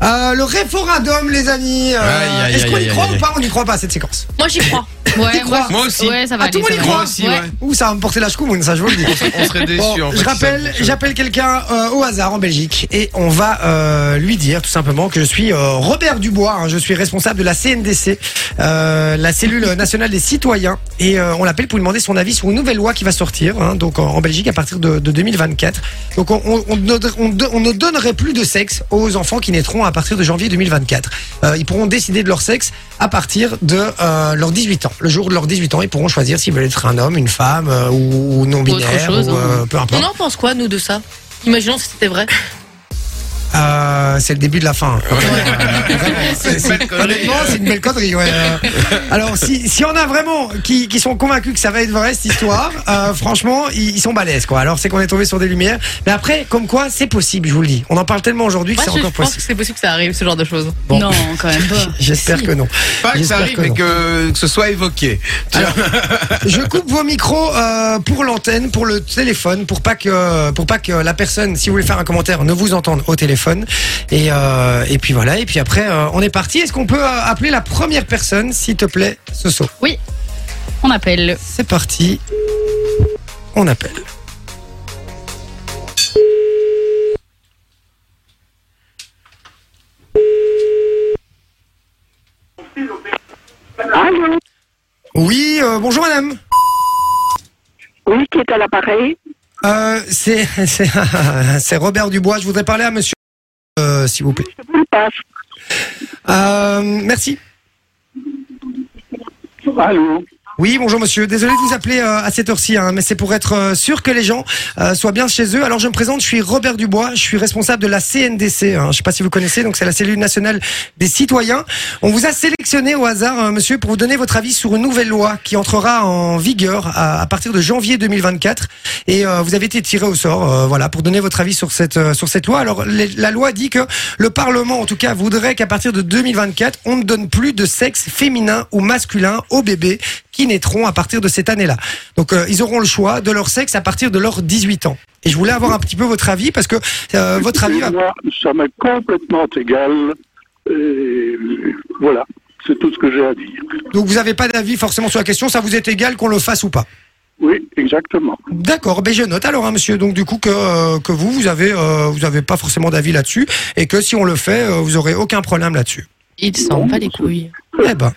Euh, le référendum, les amis. euh, Aïe, aïe, Est-ce qu'on aïe, y aïe, croit aïe, ou aïe. pas On n'y croit pas à cette séquence. Moi j'y crois. Tu Ouais, crois je- Moi aussi. Ouais, ça va Ah, tout le monde y aller. ça va croit aller. aussi, ouais. Ouh, ça va me porter la chkoumoune, ça je vous le dis. On serait déçus. Bon, en fait, je ça- rappelle, ça- j'appelle quelqu'un euh, au hasard en Belgique et on va euh, lui dire tout simplement que je suis euh, Robert Dubois, hein, je suis responsable de la CNDC, euh, la cellule nationale des citoyens, et euh, on l'appelle pour lui demander son avis sur une nouvelle loi qui va sortir, hein, donc en, en Belgique à partir de, de 2024. Donc on, on- on ne- on de- on ne donnerait plus de sexe aux enfants qui naîtront à partir de janvier 2024. Euh, ils pourront décider de leur sexe à partir de euh, leurs 18 ans. Le jour de leurs 18 ans, ils pourront choisir s'ils veulent être un homme, une femme euh, ou, ou non binaire, Autre chose, ou, hein. euh, peu importe. On en pense quoi, nous, de ça Imaginons si c'était vrai. Euh, c'est le début de la fin. C'est une belle connerie. Honnêtement, c'est une belle connerie. ouais. Euh, Alors, si, si on a vraiment qui, qui sont convaincus que ça va être vrai cette histoire, euh, franchement, ils, ils sont balèzes quoi. Alors, c'est qu'on est tombé sur des lumières. Mais après, comme quoi, c'est possible, je vous le dis. On en parle tellement aujourd'hui que Moi, c'est je, je encore pense que possible. c'est possible que ça arrive, ce genre de choses. Bon. Non, quand même pas. J'espère Si. que non. Pas que ça J'espère arrive, que mais non. que, que ce soit évoqué. Tu vois, Je coupe vos micros euh, pour l'antenne, pour le téléphone, pour pas que pour pas que la personne, si vous voulez faire un commentaire, ne vous entende au téléphone. Et, euh, et puis voilà. Et puis après, euh, on est parti. Est-ce qu'on peut euh, appeler la première personne, s'il te plaît, Soso On appelle. C'est parti. On appelle. Allô Oui, euh, bonjour madame. Oui, qui est à l'appareil Euh, c'est c'est- c'est Robert Dubois. Je voudrais parler à monsieur, euh, s'il vous plaît. Je vous le passe. Euh, merci. Allô Oui, bonjour monsieur. Désolé de vous appeler euh, à cette heure-ci, hein, mais c'est pour être euh, sûr que les gens euh, soient bien chez eux. Alors je me présente, je suis Robert Dubois, je suis responsable de la CNDC. Hein, je sais pas si vous connaissez, donc c'est la cellule nationale des citoyens. On vous a sélectionné au hasard, hein, monsieur, pour vous donner votre avis sur une nouvelle loi qui entrera en vigueur euh, à, à partir de janvier 2024. Et euh, vous avez été tiré au sort, euh, voilà, pour donner votre avis sur cette euh, sur cette loi. Alors les- la loi dit que le Parlement, en tout cas, voudrait qu'à partir de 2024, on ne donne plus de sexe féminin ou masculin aux bébés qui naîtront à partir de cette année-là. Donc euh, ils auront le choix de leur sexe à partir de leurs 18 ans. Et je voulais avoir un petit peu votre avis parce que euh, votre avis va... Moi, ça m'est complètement égal. Et voilà, c'est tout ce que j'ai à dire. Donc vous n'avez pas d'avis forcément sur la question, ça vous est égal qu'on le fasse ou pas. Oui, exactement. D'accord, ben je note alors hein, monsieur, donc du coup que, euh, que vous, vous avez euh, vous avez pas forcément d'avis là-dessus et que si on le fait, euh, vous aurez aucun problème là-dessus. Ils s'en pas les couilles. Eh ben,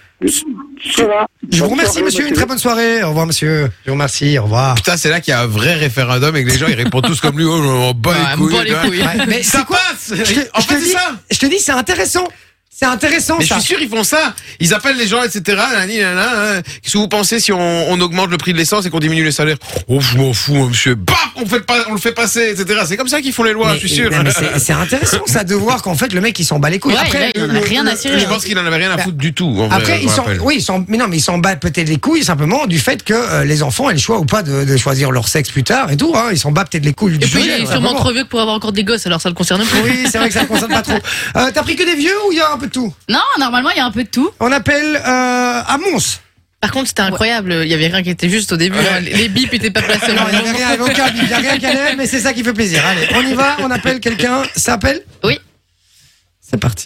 Voilà. je vous Bonne remercie soirée, monsieur, une très bonne soirée. Au revoir monsieur. Je vous remercie, au revoir. Putain, c'est là qu'il y a un vrai référendum et que les gens ils répondent tous comme lui. Oh, on bat Ah, les couilles. bon, les tu vois. couilles. Ouais, mais Ça passe je te, En je te fait, c'est dis, ça je te dis, c'est intéressant. C'est intéressant Mais je ça. suis sûr, ils font ça. Ils appellent les gens, etc. Nani, nana, hein. Qu'est-ce que vous pensez si on, on augmente le prix de l'essence et qu'on diminue les salaires Oh, je m'en fous, moi, monsieur. Bam on, fait pas, on le fait passer, etc. C'est comme ça qu'ils font les lois, Mais- je suis sûr. non, mais c'est- c'est intéressant ça de voir qu'en fait le mec il s'en bat les couilles. Ouais, là, il en a le- rien à le- cirer, hein. Je pense qu'il en avait rien à foutre du tout. en vrai, Bah, Après, je ils me s'en, rappelle. oui, ils s'en, mais non, mais ils s'en battent peut-être les couilles simplement du fait que euh, les enfants aient le choix ou pas de, de choisir leur sexe plus tard et tout. Hein, ils s'en battent peut-être les couilles Et du puis, il sujet, est ouais, sûrement euh, vraiment. trop vieux que pour avoir encore des gosses, alors ça le concerne plus. Oui, c'est vrai que ça ne concerne pas trop. Euh, t'as pris que des vieux ou il y a un peu de tout Non, normalement, il y a un peu de tout. On appelle euh, à Mons. Par contre, c'était incroyable. Il y avait rien qui était juste au début. hein. Les les bips étaient pas placés. au Non, bon il n'y moment. avait rien, il y avait aucun bip, il y a rien qu'à l'air, mais c'est ça qui fait plaisir. Allez, on y va, on appelle quelqu'un. Ça appelle Oui. C'est parti.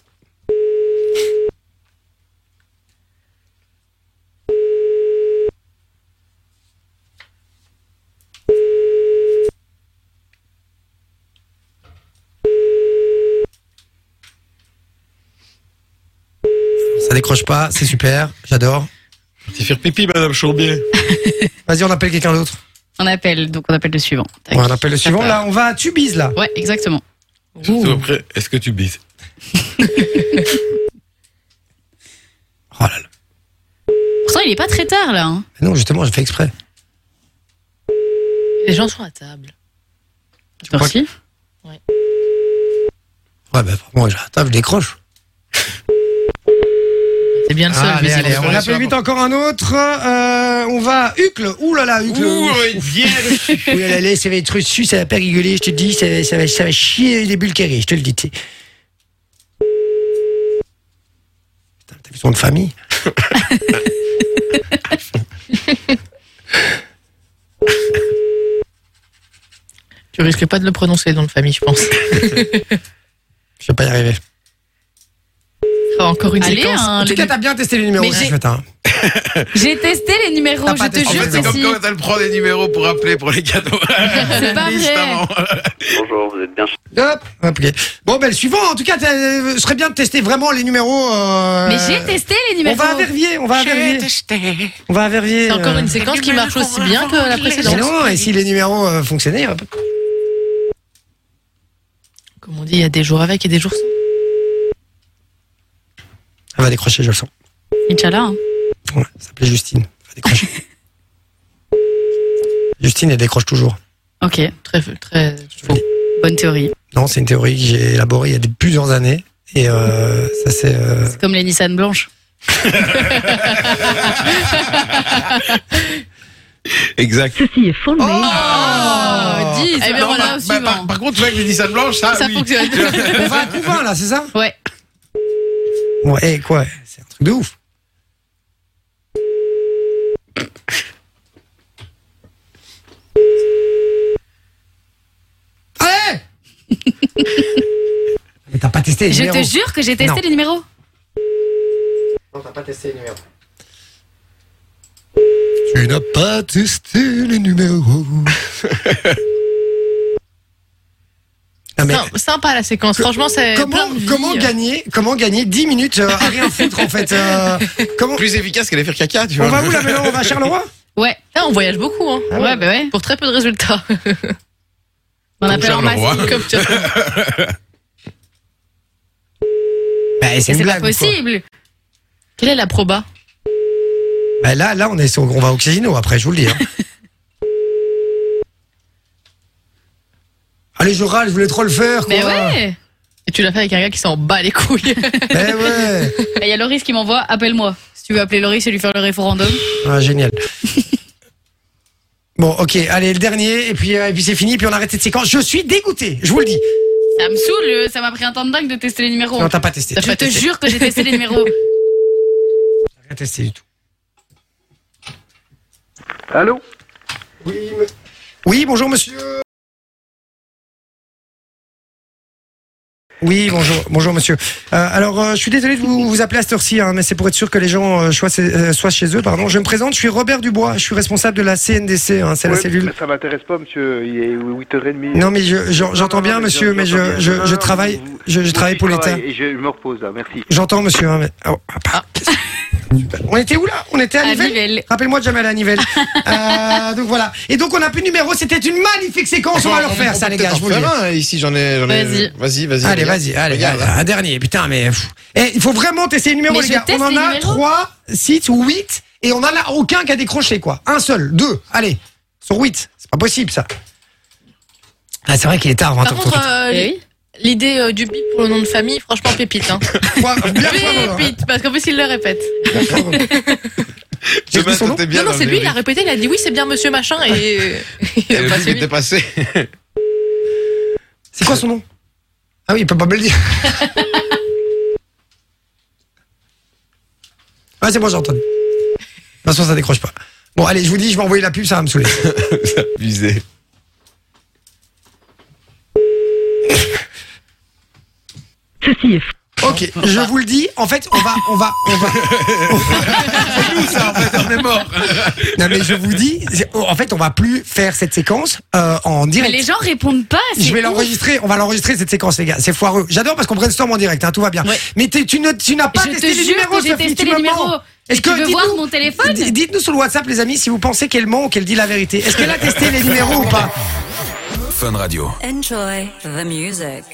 Ça décroche pas, c'est super, j'adore. C'est faire pipi, madame Chambier. Vas-y, on appelle quelqu'un d'autre. On appelle, donc on appelle le suivant. Tac. Ouais, on appelle le suivant. Tac. Là, on va à Tubize, là. Ouais, exactement. Après, est-ce que tu bises Oh là là. Pourtant, il est pas très tard, là. hein. Ah Non, justement, j'ai fait exprès. Les gens sont à table. crois Merci. Ouais, bah, moi, j'attends, je décroche. C'est bien le seul. Ah, allez, visiblement. allez, on Ouais, appelle c'est vite encore un autre. Euh, on va Hucle. Ouh là là, Hucle. Ouh, il vient le Oui, là, là, ça va être reçu, ça va pas rigoler, je te dis, ça va, ça va, ça va chier les bulles carrées, je te le dis. tu sais. Putain, t'as vu son nom de famille Tu risques pas de le prononcer dans le famille, je pense. Je vais pas y arriver. Enfin, encore une Allez, séquence. hein, En tout les cas, deux. t'as bien testé les numéros Mais aussi j'ai- ce matin. J'ai testé les numéros, T'as je pas te testé. En jure fait, c'est que comme si. quand elle prend des numéros pour appeler pour les cadeaux. C'est pas Liste vrai. avant. Bonjour, vous êtes bien chez Hop, hop, ok. Bon, ben le suivant, en tout cas, t'as- euh, ce serait bien de tester vraiment les numéros. euh, Mais j'ai testé les On numéros. va à Verviers, on va à Verviers. On va à Verviers. C'est encore euh. une séquence qui marche aussi bien que la Mais précédente. non, et si les numéros euh, fonctionnaient. hop. Comme on dit, il y a des jours avec et des jours sans. Elle va décrocher, je le sens. Inch'Allah. hein. Ouais, elle s'appelait Justine. Elle va décrocher. Justine, elle décroche toujours. Ok, Très, très faux. bonne théorie. Non, c'est une théorie que j'ai élaborée il y a des- plusieurs années. Et euh, ça, c'est. euh, C'est comme les Nissan blanches. Exact. Eh Oh, 10 Eh bien, Non, par- voilà, au par- Bah, par, suivant. par contre, ouais, avec les Nissan blanches, ça, Ça oui. fonctionne. On va à Couvain, là, c'est ça Ouais. Ouais, et quoi C'est un truc de ouf. Allez Mais t'as pas testé les Je numéros. te jure que j'ai testé Non. les numéros. Non, t'as pas testé les numéros. Tu n'as pas testé les numéros. non, Ah, mais Non, sympa la séquence. Franchement, c'est. Ah, plein comment, de vie. hein. comment gagner comment gagner 10 minutes euh, à rien foutre en fait euh, comment, Plus efficace qu'aller faire caca, tu vois. On va où là maintenant On va à Charleroi Ouais. Ah, on voyage beaucoup, hein. Ah ouais. ouais, bah ouais. Pour très peu de résultats. On Comme appelle en masse. Charleroi. Comme tu bah, Mais C'est C'est une pas blague. ou quoi possible. Quelle est la proba Bah, là, là on, est sur, on va au casino après, je vous le dis. hein. Allez, je râle, je voulais trop le faire. Quoi. Mais ouais. Et tu l'as fait avec un gars qui s'en bat les couilles. Mais Eh ouais. Bah, Il y a Loris qui m'envoie appelle-moi. Si tu veux appeler Loris et lui faire le référendum. Ah, génial. Bon, ok, allez, le dernier, et puis, euh, et puis c'est fini, puis on arrête cette séquence. Je suis dégoûté, je vous le dis. Ça me saoule, euh, ça m'a pris un temps de dingue de tester les numéros. Non, t'as pas testé. T'as T'as Je pas te testé. jure que j'ai testé les numéros. rien testé du tout. Allô Oui, me- oui, bonjour monsieur. Oui, bonjour, bonjour monsieur. Euh, alors, euh, je suis désolé de vous, vous appeler à cette heure-ci, hein, mais c'est pour être sûr que les gens euh, soient, euh, soient chez eux. Pardon. Je me présente, je suis Robert Dubois, je suis responsable de la CNDC, hein, c'est la Ouais, cellule. mais Ça m'intéresse pas, monsieur. Il est 8h30. Non, mais je- je- j'entends bien, monsieur, mais je, je, je travaille, je, je travaille pour l'État. Et je me repose là, merci. J'entends, monsieur. hein, mais- oh, ah, bah, super. On était où là On était à À Nivelles Nivelles. Rappelle-moi de jamais aller à Nivelles. Euh, donc voilà. Et donc on n'a plus de numéro. C'était une magnifique séquence. On va le refaire, ça, les gars. Je vous le dis. faire un, hein, ici, j'en ai, j'en ai. Vas-y. Vas-y, vas-y. Allez, regarde. vas-y. Allez, Regarde. allez, un dernier. Putain, mais. pff. Eh, il faut vraiment tester les numéros, Mais les je gars. teste on en les a numéros. 3, 6 ou 8. Et on en a aucun qui a décroché, quoi. Un seul, deux. Allez, sur 8. C'est pas possible, ça. Ah, c'est vrai qu'il est tard, 20 Par contre, euh, Eh oui. l'idée euh, du bip pour le nom de famille, franchement, pépite. Hein. pépite, parce qu'en plus, il le répète. J'ai Demain, oublié son nom. t'étais bien non, non, dans c'est le lui, il début. a répété, il a dit oui, c'est bien monsieur machin. Et, Et il a le pas bip suivi. était passé. C'est quoi son nom Ah oui, il peut pas me le dire. ah, c'est bon, j'ai entendu. De toute façon, ça décroche pas. Bon, allez, je vous dis, je vais envoyer la pub, ça va me saouler. C'est abusé. Ok, je vous le dis, en fait, on va, on va, on va. Ça, en fait, on est mort. Non, mais je vous dis, c'est- en fait, on va plus faire cette séquence euh, en Mais direct. les gens répondent pas. c'est Je vais ouf. l'enregistrer, on va l'enregistrer cette séquence, les gars. C'est foireux. J'adore parce qu'on brainstorm en direct, hein, tout va bien. Ouais. Mais t'es- tu ne- tu n'as pas Je testé te les jure numéros, que j'ai Sophie, testé tu les me mens. numéros. Est-ce Est-ce que que tu veux dites-nous- voir mon téléphone D- Dites-nous sur le WhatsApp, les amis, si vous pensez qu'elle ment ou qu'elle dit la vérité. Est-ce qu'elle a testé les numéros ou pas Enjoy the music.